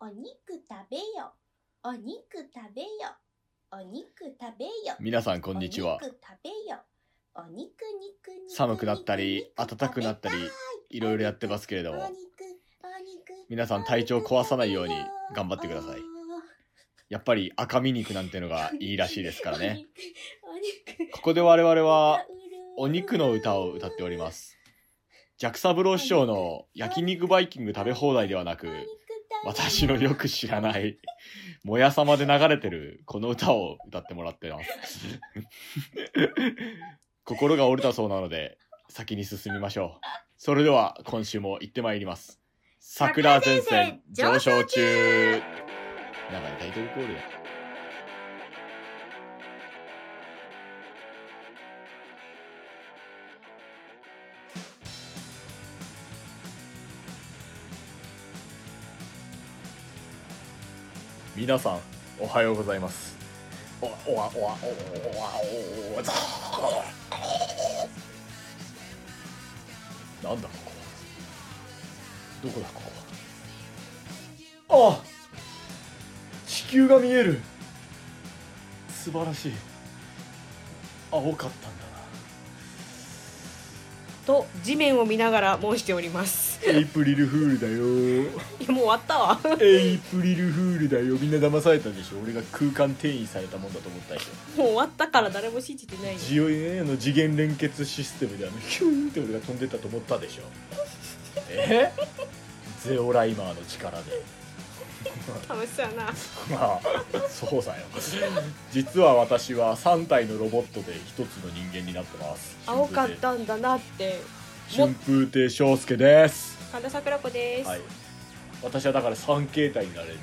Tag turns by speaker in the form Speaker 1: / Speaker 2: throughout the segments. Speaker 1: お肉食べよ。お肉食べよ。お肉食べよ。
Speaker 2: 皆さんこんにちは
Speaker 1: お肉食べよ。お肉肉肉
Speaker 2: 寒くなったり
Speaker 1: 肉肉
Speaker 2: 暖かくなったり
Speaker 1: 食べた
Speaker 2: いろいろやってますけれど
Speaker 1: お
Speaker 2: も
Speaker 1: 肉お肉
Speaker 2: 皆さん体調壊さないように頑張ってくださいやっぱり赤身肉なんてのがいいらしいですからね。
Speaker 1: お肉。
Speaker 2: ここで我々
Speaker 1: こ。
Speaker 2: はお肉の歌を歌っておりますすジャクサブロー師匠の焼肉バイキング食べ放題ではなく
Speaker 1: お肉食べよ
Speaker 2: 私のよく知らないもやさまで流れてるこの歌を歌ってもらってます 心が折れたそうなので先に進みましょうそれでは今週も行ってまいります桜前線上昇中なんかねタイトルコールだ皆さんおはようございますおわおわおわおわおわおわおわなんだここはどこだここはあ地球が見える素晴らしい青かったんだ
Speaker 3: と地面を見ながら申しております
Speaker 2: なエイプリルフールだ よ
Speaker 3: いやもう終わったわ
Speaker 2: エイプリルフールだよみんな騙されたでしょ俺が空間転移されたもんだと思ったでしょ
Speaker 3: もう終わったから誰も信じてないよ
Speaker 2: ジオエの次元連結システムであのヒューンって俺が飛んでったと思ったでしょえゼオライマーの力で
Speaker 3: 楽しそうやな
Speaker 2: まあそうだよ実は私は3体のロボットで一つの人間になってます
Speaker 3: 青かったんだなって
Speaker 2: 春風亭昇介です
Speaker 3: 神田桜子です、
Speaker 2: はい私はだから3形態になれるんで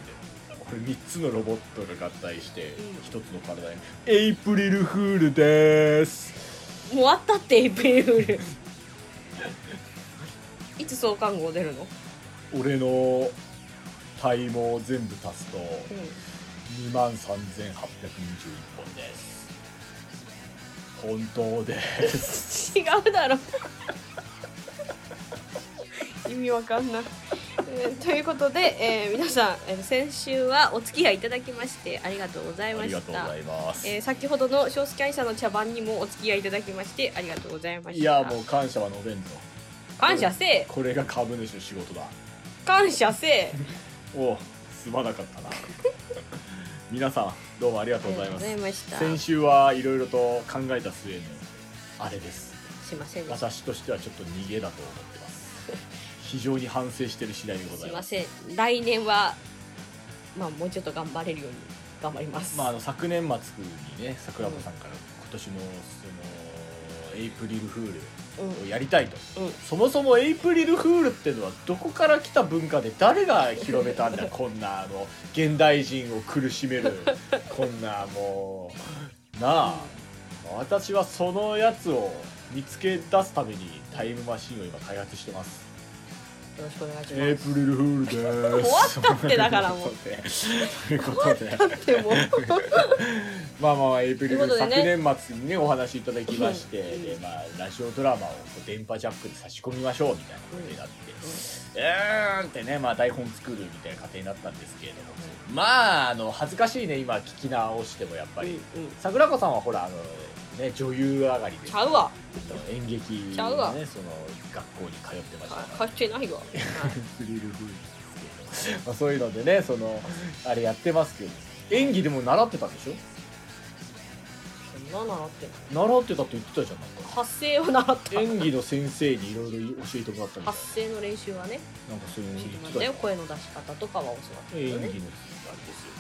Speaker 2: これ3つのロボットが合体して一つの体にエイプリルフールです
Speaker 3: もう終わったってエイプリル フールいつ創刊号出るの、
Speaker 2: 俺の体毛全部足すと2万3821本です本当です
Speaker 3: 違うだろ 意味わかんない、えーということで、えー皆さん、えー先週はお付き合いいただきましてありがとうござい
Speaker 2: あ
Speaker 3: ま
Speaker 2: り
Speaker 3: し
Speaker 2: がとうご
Speaker 3: た
Speaker 2: ざいます、
Speaker 3: えー先ほどの少数会社の茶番にもお付き合いいただきましてありがとうございました
Speaker 2: いやもう感謝は述べんぞ
Speaker 3: 感謝せえ
Speaker 2: これが株主の仕事だ
Speaker 3: 感謝せえ
Speaker 2: おうすまなかったな 皆さんどうもありがとうございます
Speaker 3: ありがとうございました
Speaker 2: 先週はいろいろと考えた末のあれです
Speaker 3: すいませんでした
Speaker 2: 私としてはちょっと逃げだと思ってます非常に反省してる次第でござ
Speaker 3: すい
Speaker 2: いま
Speaker 3: ますせん来年はまあもうちょっと頑張れるように頑張ります、
Speaker 2: まあ、あの昨年末にね桜子さんから今年のそのエイプリルフー
Speaker 3: うん
Speaker 2: ルをやりたいと、
Speaker 3: うん
Speaker 2: そもそもエイプリルフールってのはどこから来た文化で誰が広めた んだこんなあの現代人を苦しめるこんなもうなあ、私はそのやつを見つけ出すためにタイムマシンを今開発してます
Speaker 3: よろしくお願いし
Speaker 2: エイ
Speaker 3: ま
Speaker 2: プリルフールでーす
Speaker 3: 終わったってだからもう
Speaker 2: ということでということです
Speaker 3: でも
Speaker 2: まあまあまあエイプリルフール
Speaker 3: ということ
Speaker 2: 昨
Speaker 3: でね
Speaker 2: 年末にねお話いただきまして、
Speaker 3: うん
Speaker 2: でまあラジオドラマをこう電波ジャックで差し込みましょうみたいなことになって、うーんってねまあ台本作るみたいな過程になったんですけれども、まああの恥ずかしいね今聞き直してもやっぱり、
Speaker 3: うんうん
Speaker 2: 桜子さんはほらあのね女優上がりで
Speaker 3: ちゃうわ
Speaker 2: 演劇のね
Speaker 3: ちゃ
Speaker 2: そうの
Speaker 3: わ
Speaker 2: 学校に通ってましたから
Speaker 3: 買ってないわ
Speaker 2: スリル風ですけど、まあ、そういうのでねそのあれやってますけど演技でも習ってたんでしょ
Speaker 3: そんな習ってない
Speaker 2: 習ってたと言ってたじゃんなんか
Speaker 3: 発声を習った
Speaker 2: 演技の先生にいろいろ教えてもらったみたい
Speaker 3: 発声の練習はね
Speaker 2: ななんかそういうの
Speaker 3: 教
Speaker 2: 言って
Speaker 3: え
Speaker 2: て
Speaker 3: も
Speaker 2: たじゃ
Speaker 3: らった
Speaker 2: ん
Speaker 3: よ声の出し方とかは教わった
Speaker 2: 演技
Speaker 3: よ
Speaker 2: のあれ
Speaker 3: ね
Speaker 2: ですよ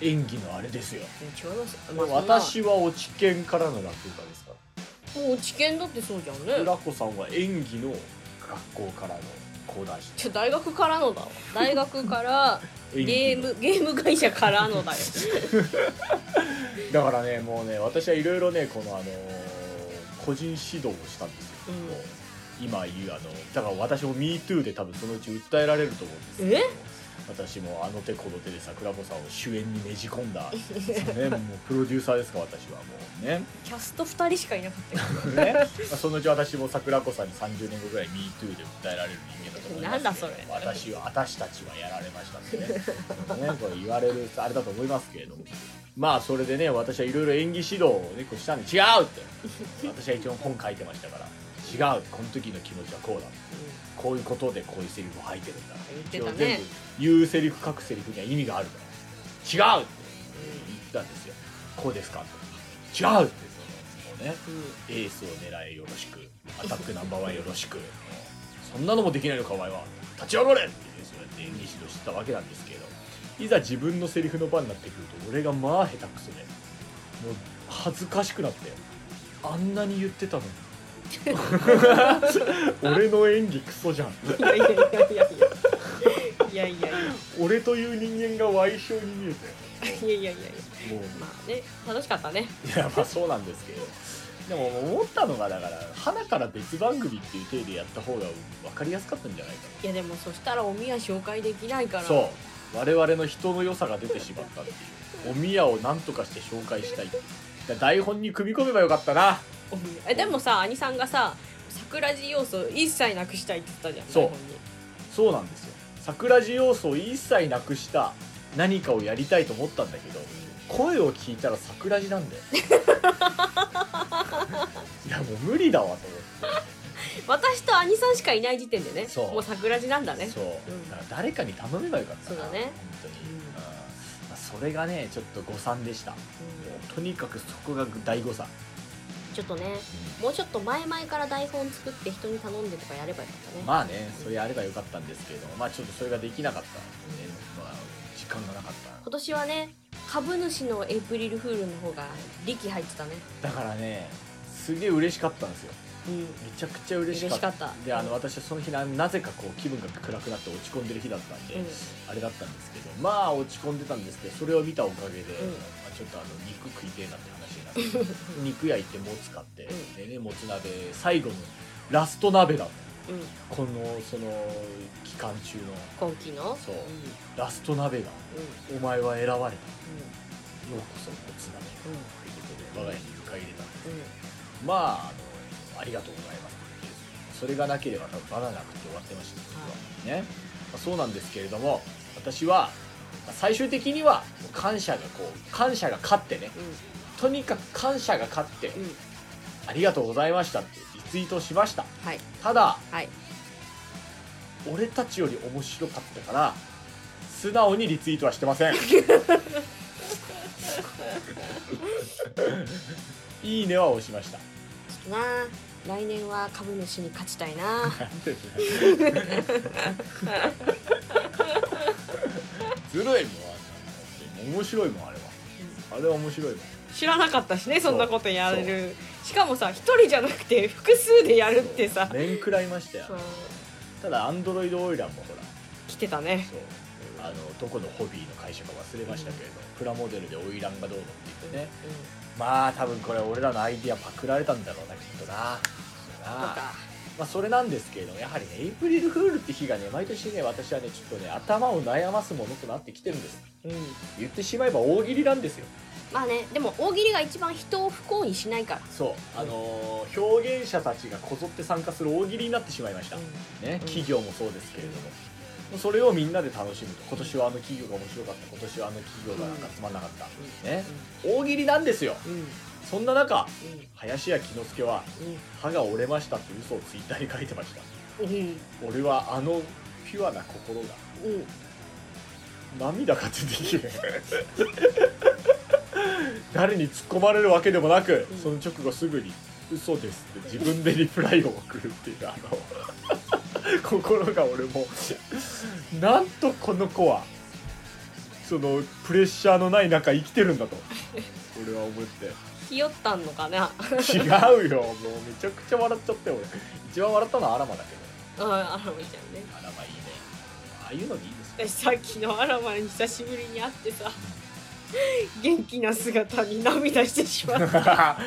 Speaker 2: 演技のあれですよ、
Speaker 3: うん違いますよ、まあ、
Speaker 2: 私は落ち研からの落語家ですか
Speaker 3: そんなもう知見だってそうじゃんね
Speaker 2: ら浦子さんは演技の学校からの講談師
Speaker 3: ちょ大学からのだわ大学から
Speaker 2: 演技の
Speaker 3: ゲームゲーム会社からのだよ
Speaker 2: だからねもうね私はいろいろねこのあのー個人指導をしたんですよ、
Speaker 3: うん
Speaker 2: もう今言うあのだから私も MeToo で多分そのうち訴えられると思うんですけど
Speaker 3: え
Speaker 2: 私もあの手この手で桜子さんを主演にねじ込んだ、 ね、もうプロデューサーですか私はもうね
Speaker 3: キャスト2人しかいなかったよ
Speaker 2: ね、まあそのうち私も桜子さんに30年後ぐらい「MeToo」で訴えられる人間だと思いますけど
Speaker 3: なんだそれ
Speaker 2: 私は私たちはやられましたってねねこれ言われるあれだと思いますけれどもまあそれでね私はいろいろ演技指導を、ね、こうしたんで違うって私は一応本書いてましたから違うこの時の気持ちはこうだこういうことでこういうセリフを吐いてるんだ
Speaker 3: 言ってた
Speaker 2: 一応全
Speaker 3: ね
Speaker 2: 部言うセリフ書くセリフには意味があるから違うって言ったんですよこうですかと違うってそのもうねエースを狙えよろしくアタックナンバーワンよろしくそんなのもできないのかお前は立ち上がれってねそうやって演技指導してたわけなんですけどいざ自分のセリフの番になってくると俺がまあ下手くそでもう恥ずかしくなってあんなに言ってたのに 俺の演技クソじゃん
Speaker 3: いやいやいやいやいやいやいやいやいや
Speaker 2: 俺という人間が歪償に見えて
Speaker 3: いやいやいや
Speaker 2: もう
Speaker 3: まあね楽しかったね
Speaker 2: いやまあそうなんですけどでも思ったのがだから花から別番組っていう体でやった方が分かりやすかったんじゃないか
Speaker 3: いやでもそしたらおみや紹介できない
Speaker 2: な
Speaker 3: から
Speaker 2: そう我々の人の良さが出てしまったっていうお宮を何とかして紹介したいっていうだから台本に組み込めばよかったな
Speaker 3: おみやえでもさ兄さんがさ桜地要素一切なくしたいって言ったじゃん
Speaker 2: そう
Speaker 3: 台本に
Speaker 2: そうなんですよ桜地要素を一切なくした何かをやりたいと思ったんだけど声を聞いたら桜地 なんだよいやもう無理だわと思って
Speaker 3: 私と兄さんしかいない時点でね
Speaker 2: そう
Speaker 3: もう桜地なんだね
Speaker 2: そう、
Speaker 3: うん
Speaker 2: だから誰かに頼めばよかったな
Speaker 3: そうだね
Speaker 2: 本当に、
Speaker 3: うん
Speaker 2: うんまあ、それがねちょっと誤算でしたもうとにかくそこが大誤算、
Speaker 3: ちょっとねもうちょっと前々から台本作って人に頼んでとかやればよかったね、
Speaker 2: まあねそれやればよかったんですけれどもまあちょっとそれができなかったんでね、まあ、時間がなかった
Speaker 3: 今年はね株主のエイプリルフールの方が力入ってたね
Speaker 2: だからねすげえ嬉しかったんですよ
Speaker 3: うん
Speaker 2: めちゃくちゃ嬉しかった
Speaker 3: 嬉しかった
Speaker 2: であの私はその日ななぜかこう気分が暗くなって落ち込んでる日だったんで、
Speaker 3: うん
Speaker 2: あれだったんですけどまあ落ち込んでたんですけどそれを見たおかげで、
Speaker 3: うん
Speaker 2: まあ、ちょっとあの肉食いてえなって話になって 肉屋行ってもつ買って、
Speaker 3: うん
Speaker 2: でねもつ鍋最後のラスト鍋だった
Speaker 3: うん
Speaker 2: このその期間中の
Speaker 3: 今期の
Speaker 2: そうんラスト鍋が
Speaker 3: うん
Speaker 2: お前は選ばれたよ
Speaker 3: う
Speaker 2: うこそもつ鍋
Speaker 3: んう
Speaker 2: ということで我
Speaker 3: ん
Speaker 2: が家に迎え入れたんです
Speaker 3: うん
Speaker 2: まああのありがとうございますっていうそれがなければ多分バナナ食って終わってましたけどね、まあそうなんですけれども私はまあ最終的には感謝がこう感謝が勝ってねとにかく感謝が勝って
Speaker 3: うんうん
Speaker 2: ありがとうございましたってリツイートしました
Speaker 3: はい
Speaker 2: ただ
Speaker 3: はい
Speaker 2: 俺たちより面白かったから素直にリツイートはしてませんいいねは押しました
Speaker 3: ちょっとな来年は株主に勝ちたいな
Speaker 2: ずるいもんあれ面白いもんあれは、あれは面白いもん
Speaker 3: 知らなかったしね
Speaker 2: そう
Speaker 3: そんなことやれるしかもさ一人じゃなくて複数でやるってさ
Speaker 2: そう面食らいましたよ
Speaker 3: そう
Speaker 2: ただアンドロイドオイラーもほら
Speaker 3: 来てたね
Speaker 2: そうあのどこのホビーの会社か忘れましたけれど、プラモデルでオイランがどうのって言ってねまあ多分これ俺らのアイディアパクられたんだろうなきっとなそう
Speaker 3: と
Speaker 2: だな
Speaker 3: か
Speaker 2: まあ、それなんですけれどもやはりねエイプリルフールって日がね毎年ね私はねちょっとね頭を悩ますものとなってきてるんです
Speaker 3: うん
Speaker 2: 言ってしまえば大喜利なんですよ
Speaker 3: まあねでも大喜利が一番人を不幸にしないから
Speaker 2: そうあのー表現者たちがこぞって参加する大喜利になってしまいました、ね、
Speaker 3: うん
Speaker 2: 企業もそうですけれども、それをみんなで楽しむと今年はあの企業が面白かった今年はあの企業がなんかつまんなかった、ね、大喜利なんですよ
Speaker 3: うんうん
Speaker 2: そんな中林家喜之助は歯が折れましたって嘘をツイッターに書いてました
Speaker 3: うんうん
Speaker 2: 俺はあのピュアな心が
Speaker 3: うん
Speaker 2: 涙が出てき て誰に突っ込まれるわけでもなく、
Speaker 3: うん
Speaker 2: その直後すぐに「嘘です」って自分でリプライを送るっていうあの 心が俺もなんとこの子はそのプレッシャーのない中生きてるんだと俺は思って
Speaker 3: ひよったんのかな
Speaker 2: 違うよもうめちゃくちゃ笑っちゃったよ俺一番笑ったのはアラマだけど
Speaker 3: うんアラマいいじゃんね
Speaker 2: アラマいいねああいうのでいいですよ
Speaker 3: 私さっきのアラマに久しぶりに会ってさ元気な姿に涙してしまう
Speaker 2: あ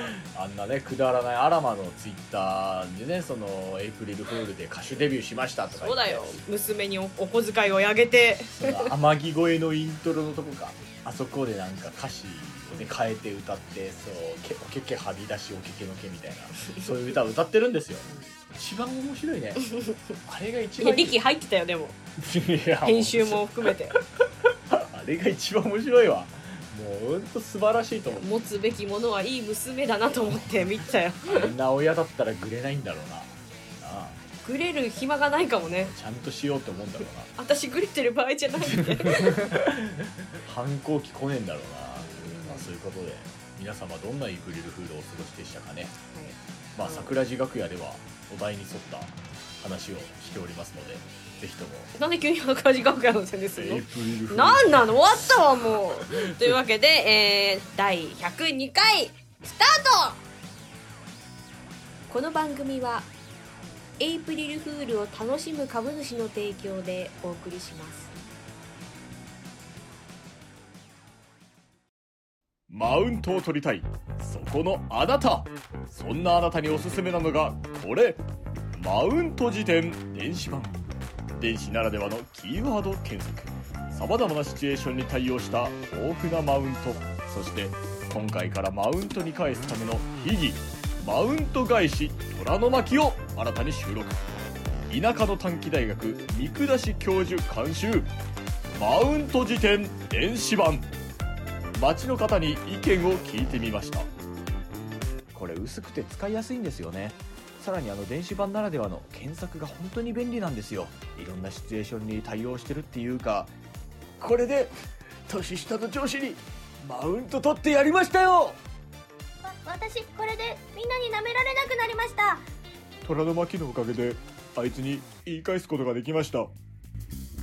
Speaker 2: んなねくだらないアラマのツイッターでねそのエイプリルフールで歌手デビューしましたとか
Speaker 3: そ
Speaker 2: 言
Speaker 3: う
Speaker 2: っ
Speaker 3: だ
Speaker 2: て
Speaker 3: よ娘におお小遣いをあげて
Speaker 2: その天城越えのイントロのとこかあそこでなんか歌詞をね変えて歌ってそうけおけけはみ出しおけけのけみたいなそういう歌を歌ってるんですよ一番面白いねあれが一番いい
Speaker 3: 力入ってたよでも
Speaker 2: いや
Speaker 3: 編集も含めて
Speaker 2: あれが一番面白いわもうほんと素晴らしいと思う
Speaker 3: 持つべきものはいい娘だなと思って見てたよ
Speaker 2: あんな親だったらグレないんだろうななあ
Speaker 3: グレる暇がないかもね
Speaker 2: ちゃんとしようって思うんだろうな
Speaker 3: 私グレてる場合じゃないんで
Speaker 2: 反抗期来ねえんだろうな、まあ、そういうことで皆様どんなイープリルフールをお過ごしでしたかね、まあ、桜地楽屋ではお題に沿った話をしておりますのでぜひとも
Speaker 3: なんで急に赤字学会の宣伝するの
Speaker 2: イープリルフール
Speaker 3: なんなの終わったわもうというわけで、えー、第102回スタートこの番組はエイプリルフールを楽しむ株主の提供でお送りします
Speaker 2: マウントを取りたいそこのあなたそんなあなたにおすすめなのがこれマウント辞典電子版電子ならではのキーワード検索さまざまなシチュエーションに対応した豊富なマウントそして今回からマウントに返すための秘技マウント返し虎の巻を新たに収録田舎の短期大学三下し教授監修マウント辞典電子版街の方に意見を聞いてみましたこれ薄くて使いやすいんですよねさらにあの電子版ならではの検索が本当に便利なんですよいろんなシチュエーションに対応してるっていうかこれで年下の上司にマウント取ってやりましたよ
Speaker 1: わ私これでみんなに舐められなくなりました
Speaker 2: 虎の巻のおかげであいつに言い返すことができました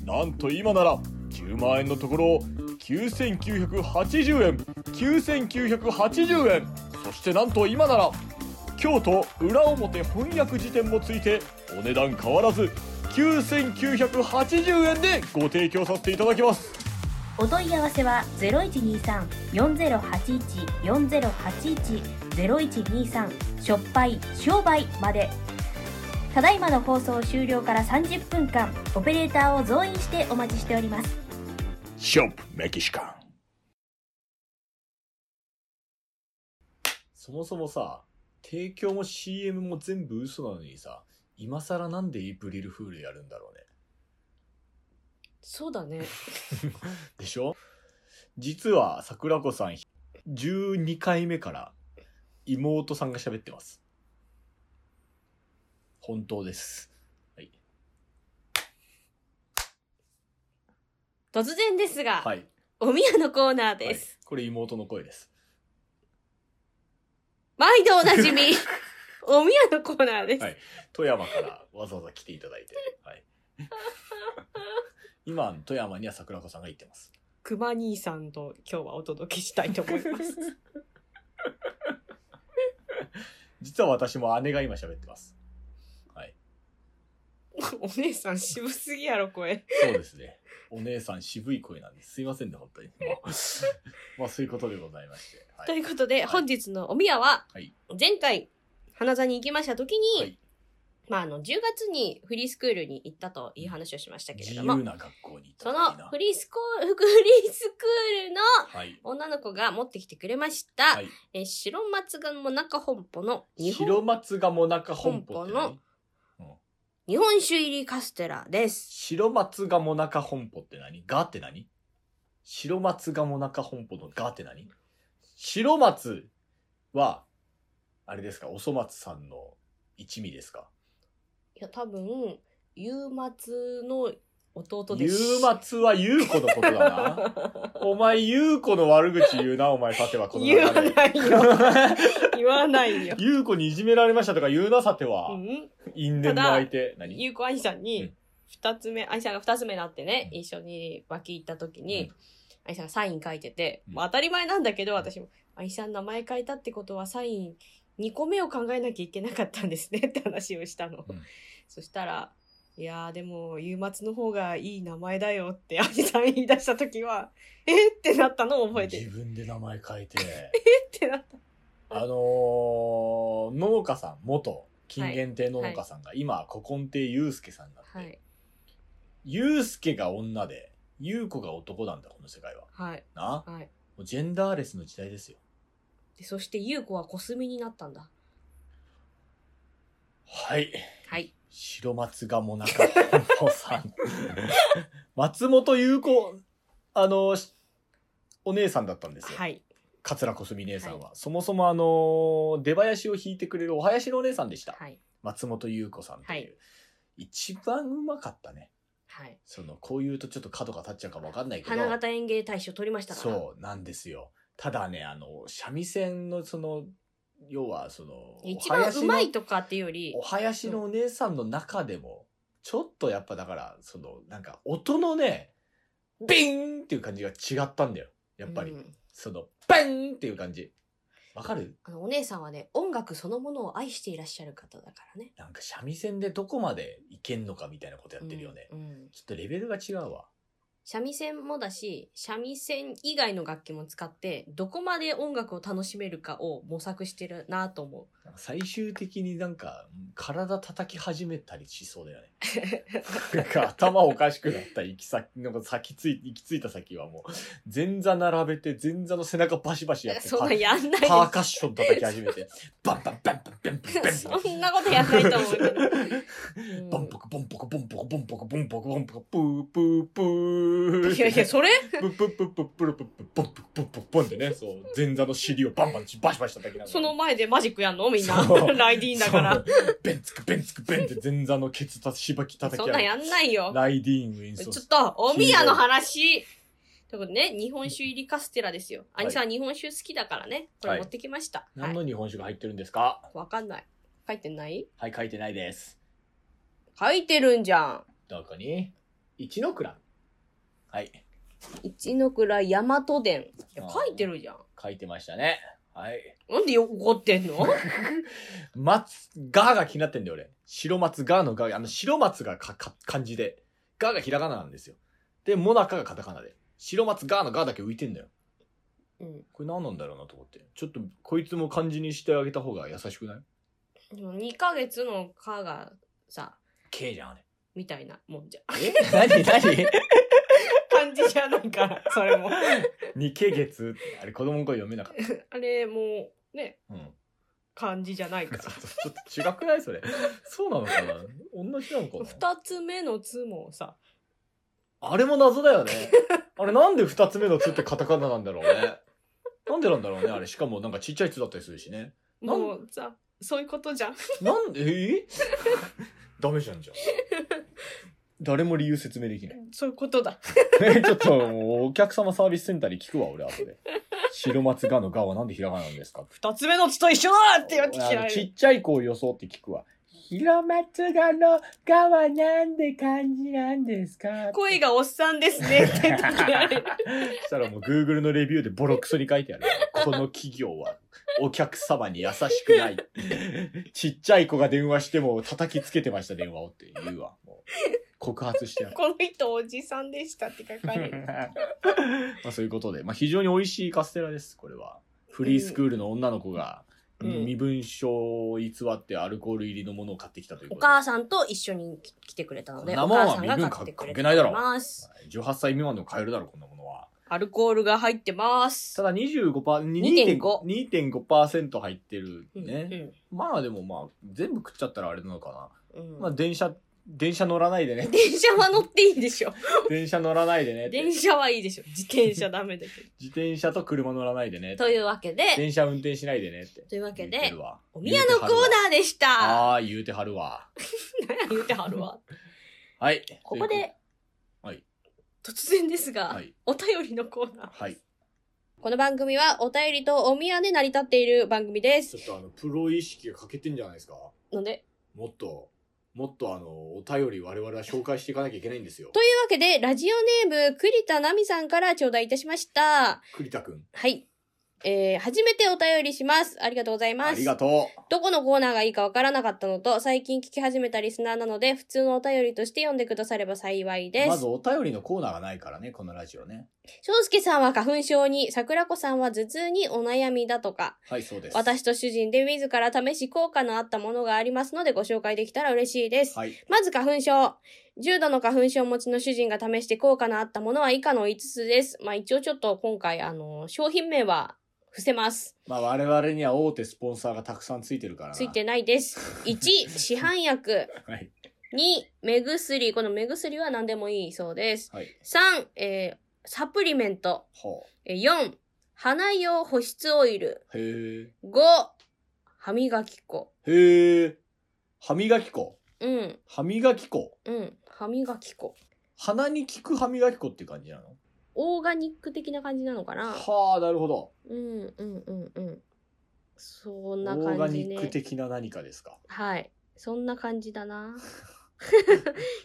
Speaker 2: なんと今なら10万円のところを9980円9980円そしてなんと今なら京都裏表翻訳辞典もついてお値段変わらず9980円でご提供させていただきます
Speaker 1: お問い合わせは0123-4081-4081-0123しょっぱい商売までただいまの放送終了から30分間オペレーターを増員してお待ちしております
Speaker 2: ショップメキシカンそもそもさ提供も CM も全部嘘なのにさ今更なんでイープリルフールやるんだろうね
Speaker 3: そうだね
Speaker 2: でしょ実は桜子さん12回目から妹さんが喋ってます本当ですはい、
Speaker 3: 突然ですが、
Speaker 2: はい
Speaker 3: おみやのコーナーで
Speaker 2: は
Speaker 3: す
Speaker 2: い、これ妹の声です
Speaker 3: 毎度おなじ みおみやのコーナーです、
Speaker 2: はい富山からわざわざ来ていただいて、はい、今富山には桜子さんが行ってます
Speaker 3: 熊兄さんと今日はお届けしたいと思います
Speaker 2: 実は私も姉が今喋ってます
Speaker 3: お姉さん渋すぎやろ声
Speaker 2: そうですねお姉さん渋い声なんですすいませんね本当にも うまあそういうことでございまして、は
Speaker 3: とい
Speaker 2: いう
Speaker 3: ことで、
Speaker 2: い
Speaker 3: 本日のおみやは、
Speaker 2: はい
Speaker 3: 前回、花座に行きました時に、
Speaker 2: はい
Speaker 3: まあ、あの、10月にフリースクールに行ったという話をしましたけ
Speaker 2: 自
Speaker 3: れ
Speaker 2: 由
Speaker 3: ども、
Speaker 2: な学校に行った
Speaker 3: そ
Speaker 2: らいい
Speaker 3: の
Speaker 2: な
Speaker 3: フリースコー ル、フリースクールの
Speaker 2: はい
Speaker 3: 女の子が持ってきてくれました、
Speaker 2: はい
Speaker 3: えー白松がもなか本舗の日
Speaker 2: 白
Speaker 3: 本
Speaker 2: 松がもなか本舗って
Speaker 3: 本舗
Speaker 2: 何
Speaker 3: の日本酒入りカステラです。
Speaker 2: 白松がもなか本舗って何がって何白松がもなか本舗のがって何白松は、あれですか、おそ松さんの一味ですか
Speaker 3: いや、多分、夕松の弟で
Speaker 2: ゆ
Speaker 3: す。
Speaker 2: うまつはゆうこのことだな。お前ゆうこの悪口言うな、お前さてはこの
Speaker 3: 言わ
Speaker 2: 中で。
Speaker 3: ないよ。 言わないよ。
Speaker 2: ゆうこにいじめられましたとか言うな、さては。
Speaker 3: うん
Speaker 2: 因縁の相手。何
Speaker 3: ゆうこ愛さん
Speaker 2: う
Speaker 3: に
Speaker 2: ん、
Speaker 3: 二つ目、愛さんが二つ目になってね、
Speaker 2: うん
Speaker 3: 一緒に脇行った時
Speaker 2: う
Speaker 3: に、愛さんがサイン書いてて、
Speaker 2: うん
Speaker 3: まあ当たり前なんだけど、私も、愛さん名前書いたってことはサイン2個目を考えなきゃいけなかったんですねって話をしたの。
Speaker 2: うん
Speaker 3: そしたら、いやーでも、夕末の方がいい名前だよって、アジさん言い出した時は、えーってなったのを覚えてる。
Speaker 2: 自分で名前書いて
Speaker 3: ってなった。
Speaker 2: あのー農家さん元金源亭農家さんが、今古今亭祐介さんになって、
Speaker 3: はい。
Speaker 2: 祐介が女で優子が男なんだこの世界は
Speaker 3: はい。
Speaker 2: な
Speaker 3: はい。
Speaker 2: もうジェンダーレスの時代ですよ
Speaker 3: で、そして、ゆうこはコスミになったんだ。
Speaker 2: はい
Speaker 3: はい。
Speaker 2: 白松がもなか本坊さ ん松本優子あのしお姉さんだったんですよ、
Speaker 3: はい。
Speaker 2: 桂小すみ姉さんは、そもそもあの出囃子を弾いてくれるお囃子のお姉さんでした、
Speaker 3: はい。
Speaker 2: 松本優子さんという、
Speaker 3: はい
Speaker 2: 一番うまかったね
Speaker 3: はい。
Speaker 2: そのこう言うとちょっと角が立っちゃうかもわかんないけど
Speaker 3: 花形演芸大賞取りましたから。
Speaker 2: そうなんですよただねあの三味線のその要はその
Speaker 3: 一番うまい
Speaker 2: と
Speaker 3: とかっていうより
Speaker 2: お、囃子のお姉さんの中でも、ちょっとやっぱだからそのなんか音のねビンっていう感じが違ったんだよやっぱり、
Speaker 3: うん
Speaker 2: そのバンっていう感じわかる
Speaker 3: あの、お姉さんはね、音楽そのものを愛していらっしゃる方だからね。
Speaker 2: なんか三味線でどこまでいけんのかみたいなことやってるよね、
Speaker 3: うん。うん
Speaker 2: ちょっとレベルが違うわ
Speaker 3: 三味線もだし、三味線以外の楽器も使って、どこまで音楽を楽しめるかを模索してるなと思う。
Speaker 2: なんか最終的になんかうん体叩き始めたりしそうだよねなんか頭おかしくなった行き先なんか先つい行き着いた先はもう前座並べて前座の背中バシバシやって
Speaker 3: そん
Speaker 2: パ
Speaker 3: なやんないで
Speaker 2: パーカッション叩き始めてバンバンバンバンバンバンバン
Speaker 3: す。 そんなことやんないと思 うけど。
Speaker 2: ボンポクボンポクボンポクボンポクボンポクボンポクプープープ
Speaker 3: うん
Speaker 2: ー
Speaker 3: いやいや、それ
Speaker 2: プップップップップルプップポンプポンプポンってねそう前座の尻をバンバンバシバシ叩きながら
Speaker 3: その前でマジックやんのみんな
Speaker 2: そ。う
Speaker 3: ライディーンだから。
Speaker 2: そうベンツクベンツクベンって前座のケツたしばき叩き
Speaker 3: そん
Speaker 2: 上
Speaker 3: な
Speaker 2: げ
Speaker 3: やんないよ。
Speaker 2: ライディーンを演
Speaker 3: ちょ
Speaker 2: 奏
Speaker 3: っと、おみやの話ということでね、日本酒入りカステラですよ。
Speaker 2: はい
Speaker 3: 兄さん日本酒好きだからね、こ
Speaker 2: は
Speaker 3: れ
Speaker 2: い
Speaker 3: 持ってきました。は
Speaker 2: 何
Speaker 3: い。
Speaker 2: の日本酒が入ってるんですか
Speaker 3: わかんない。書いてない
Speaker 2: はい、書いてないです。
Speaker 3: 書いてるんじゃ
Speaker 2: どこに一の蔵。はい、
Speaker 3: ん。一の位大和伝。いや
Speaker 2: あー
Speaker 3: 書いてるじゃん。
Speaker 2: 書いてましたね。はい。
Speaker 3: なんで怒って んの
Speaker 2: 松、ガーが気になってんだよ、俺。白松、ガーのガー、あの、白松がか、か、漢字で、ガーがひらがななんですよ。で、モナカがカタカナで。白松、ガーのガーだけ浮いてんだよ。
Speaker 3: うん。
Speaker 2: これ何なんだろうなと思って。ちょっと、こいつも漢字にしてあげた方が優しくない
Speaker 3: でも2ヶ月のかがさ、
Speaker 2: ?K じゃん、あれ。
Speaker 3: みたいなもんじゃん。
Speaker 2: え 何何
Speaker 3: 漢字じゃないから、 それも。
Speaker 2: 二ケ月ってあれ子供の声読めなかった。
Speaker 3: あれもうね、
Speaker 2: うん。
Speaker 3: 漢字じゃないか
Speaker 2: ちょ
Speaker 3: ら。
Speaker 2: っとちょっと違くないそれ。そうなのかな同じなのかな
Speaker 3: 二つ目の「つ」もさ
Speaker 2: あれも謎だよね。あれなんで二つ目のつってカタカナなんだろうね。なんでなんだろうねあれ。しかもなんかちっちゃいつだったりするしね。なん
Speaker 3: もうさそういうことじゃん
Speaker 2: なんで、えーダメじゃんじゃん。誰も理由説明できない。
Speaker 3: そういうことだ
Speaker 2: ね ちょっともうお客様サービスセンターに聞くわ、俺後で。白松がのがはなんでひらがななんですか
Speaker 3: 二つ目の「つ」と一緒だって言ってき
Speaker 2: あ
Speaker 3: ら
Speaker 2: のち
Speaker 3: れる
Speaker 2: っちゃい子を装って聞くわ。広松がのがはなんで漢字なんですか
Speaker 3: 声がおっさんです ねって言ってきられる
Speaker 2: そしたらもう Google のレビューでボロクソに書いてある。この企業はお客様に優しく ない。ちっちゃい子が電話しても叩きつけてました、電話をって言うわ。もう告発してやる。
Speaker 3: この人おじさんでしたって書かれ る
Speaker 2: まあそういうことで、まあ、非常に美味しいカステラです、これは。フリースクールの女の子が
Speaker 3: うんうん
Speaker 2: 身分証を偽ってアルコール入りのものを買ってきたというこ
Speaker 3: お
Speaker 2: とで。
Speaker 3: 母さんと一緒に来てくれたので
Speaker 2: こ
Speaker 3: お
Speaker 2: んなもん
Speaker 3: 母
Speaker 2: は
Speaker 3: さんが買ってくれて
Speaker 2: 身分関係ないだろ
Speaker 3: ます
Speaker 2: 18歳未満でも買えるだろ、こんなものは。
Speaker 3: アルコールが入ってます
Speaker 2: ただ25%、
Speaker 3: 2.5
Speaker 2: 2.5%入ってる
Speaker 3: うん
Speaker 2: ね。まあでもまあ、全部食っちゃったらあれなのか
Speaker 3: うんう
Speaker 2: な。
Speaker 3: ん。
Speaker 2: まあ電車、電車乗らないでね
Speaker 3: 電車は乗っていいで しょ
Speaker 2: 電車乗らないでねって。
Speaker 3: 電車はいいでしょ自転車ダメだけど
Speaker 2: 自転車と車乗らないでねって。
Speaker 3: というわけで
Speaker 2: 電車運転しないでねって。
Speaker 3: というわけ
Speaker 2: 言って
Speaker 3: で
Speaker 2: るわ
Speaker 3: お宮のコーナーでした
Speaker 2: ああー、言うてはるわ。
Speaker 3: 何 言うてはるわ
Speaker 2: はい。
Speaker 1: ここで
Speaker 3: 突然ですが、
Speaker 2: はい
Speaker 3: お便りのコーナー。
Speaker 2: はい。
Speaker 3: この番組はお便りとお宮で成り立っている番組です。
Speaker 2: ょっとあの、プロ意識が欠けてんじゃないですか
Speaker 3: ので、
Speaker 2: もっと、もっとあの、お便り我々は紹介していかなきゃいけないんですよ
Speaker 3: というわけで、ラジオネーム、栗田奈美さんから頂戴いたしました。
Speaker 2: 栗田くん。
Speaker 3: はい。えー初めてお便りします。ありがとうございます。
Speaker 2: ありがとう。
Speaker 3: どこのコーナーがいいかわからなかったのと、最近聞き始めたリスナーなので、普通のお便りとして読んでくだされば幸いです。
Speaker 2: まずお便りのコーナーがないからね、このラジオね。
Speaker 3: 翔介さんは花粉症に、桜子さんは頭痛にお悩みだとか、
Speaker 2: はい、そうです。
Speaker 3: 私と主人で自ら試し効果のあったものがありますのでご紹介できたら嬉しいです。
Speaker 2: はい。
Speaker 3: まず花粉症。重度の花粉症持ちの主人が試して効果のあったものは以下の5つです。まあ一応ちょっと今回、あの、商品名は伏せます。
Speaker 2: まあ我々には大手スポンサーがたくさんついてるからな。
Speaker 3: ついてないです。1、市販薬。
Speaker 2: はい。
Speaker 3: 2、目薬。この目薬は何でもいいそうです。
Speaker 2: はい。
Speaker 3: 3、えーサプリメント。
Speaker 2: ほ
Speaker 3: えー4、鼻用保湿オイル。
Speaker 2: う。へ
Speaker 3: 5、歯磨き粉。
Speaker 2: え。へえ。歯磨き粉。
Speaker 3: うん、
Speaker 2: 歯磨き粉。
Speaker 3: うん、歯磨き粉。
Speaker 2: 鼻に効く歯磨き粉っていう感じなの
Speaker 3: オーガニック的な感じなのかな
Speaker 2: はあ、なるほど。
Speaker 3: うん、うん、うん、うん。そ
Speaker 2: オ
Speaker 3: んな
Speaker 2: ーガ
Speaker 3: 感じ
Speaker 2: ニ
Speaker 3: ね
Speaker 2: ッ。ク的な何かですか。
Speaker 3: はい。そんな感じ だな。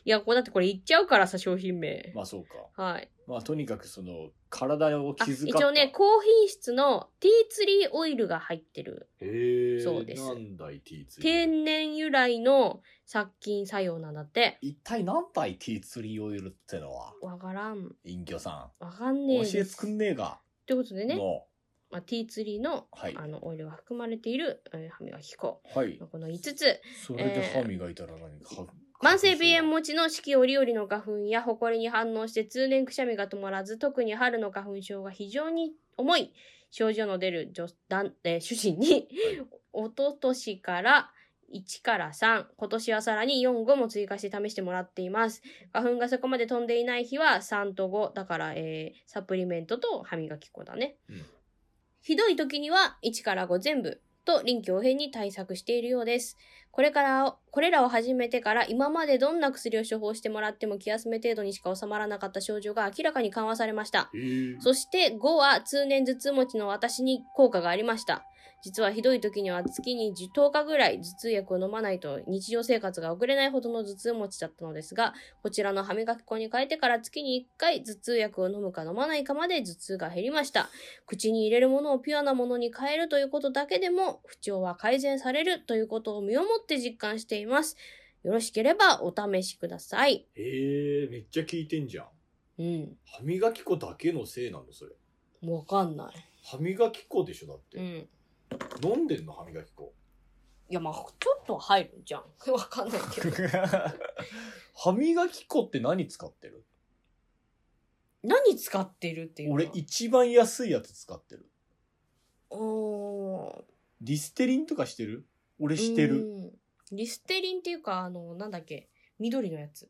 Speaker 3: いや、こうだってこれ言っちゃうからさ、商品名。
Speaker 2: まあそうか。
Speaker 3: はい。
Speaker 2: まあとにかくその、体を気
Speaker 3: あ
Speaker 2: 遣った。
Speaker 3: 一応ね、高品質のティーツリーオイルが入ってる。
Speaker 2: へえ。
Speaker 3: そうです
Speaker 2: 何台 T ツリー
Speaker 3: 天然由来の殺菌作用なんだって。
Speaker 2: 一体何台 T ツリーオイルってのは、
Speaker 3: わからん。
Speaker 2: 隠居さ
Speaker 3: わかん
Speaker 2: ん。
Speaker 3: ね
Speaker 2: 教
Speaker 3: え
Speaker 2: え
Speaker 3: です。
Speaker 2: つくんねえか。
Speaker 3: ということでね、
Speaker 2: も
Speaker 3: まあ、ティーツリーの,、
Speaker 2: はい
Speaker 3: あのオイルが含まれている、えー歯磨き粉。
Speaker 2: う。はい
Speaker 3: ま。あこの5つ。
Speaker 2: それで歯磨いたら何か、
Speaker 3: 慢性鼻炎持ちの四季折々の花粉や埃に反応して通年くしゃみが止まらず、特に春の花粉症が非常に重い症状の出る女男、えー主人に、 おととしから1から3、今年はさらに4、5も追加して試してもらっています。花粉がそこまで飛んでいない日は3と5、だから、えーサプリメントと歯磨き粉だね。
Speaker 2: うん
Speaker 3: ひどい時には1から5全部と臨機応変に対策しているようです。これから、これらを始めてから今までどんな薬を処方してもらっても気休め程度にしか収まらなかった症状が明らかに緩和されました。
Speaker 2: へえ
Speaker 3: そして5は通年頭痛持ちの私に効果がありました。実はひどい時には月に10日ぐらい頭痛薬を飲まないと日常生活が送れないほどの頭痛持ちだったのですが、こちらの歯磨き粉に変えてから月に1回頭痛薬を飲むか飲まないかまで頭痛が減りました。口に入れるものをピュアなものに変えるということだけでも不調は改善されるということを身をもって実感しています。よろしければお試しください。
Speaker 2: へえめっちゃ効いてんじゃん。
Speaker 3: うん。
Speaker 2: 歯磨き粉だけのせいなのそれ。
Speaker 3: わかんない。
Speaker 2: 歯磨き粉でしょだって。
Speaker 3: うん。
Speaker 2: 飲んでんの歯磨き 粉。
Speaker 3: いや、まあ、ちょっとは入るじゃん。わかんないけど。
Speaker 2: 歯磨き粉って何使ってる
Speaker 3: 何使ってるっていうの
Speaker 2: 俺一番安いやつ使ってる。
Speaker 3: おー
Speaker 2: リステリンとかしてる俺して
Speaker 3: う
Speaker 2: る。
Speaker 3: んリステリンっていうか、あの、なんだっけ、緑のやつ。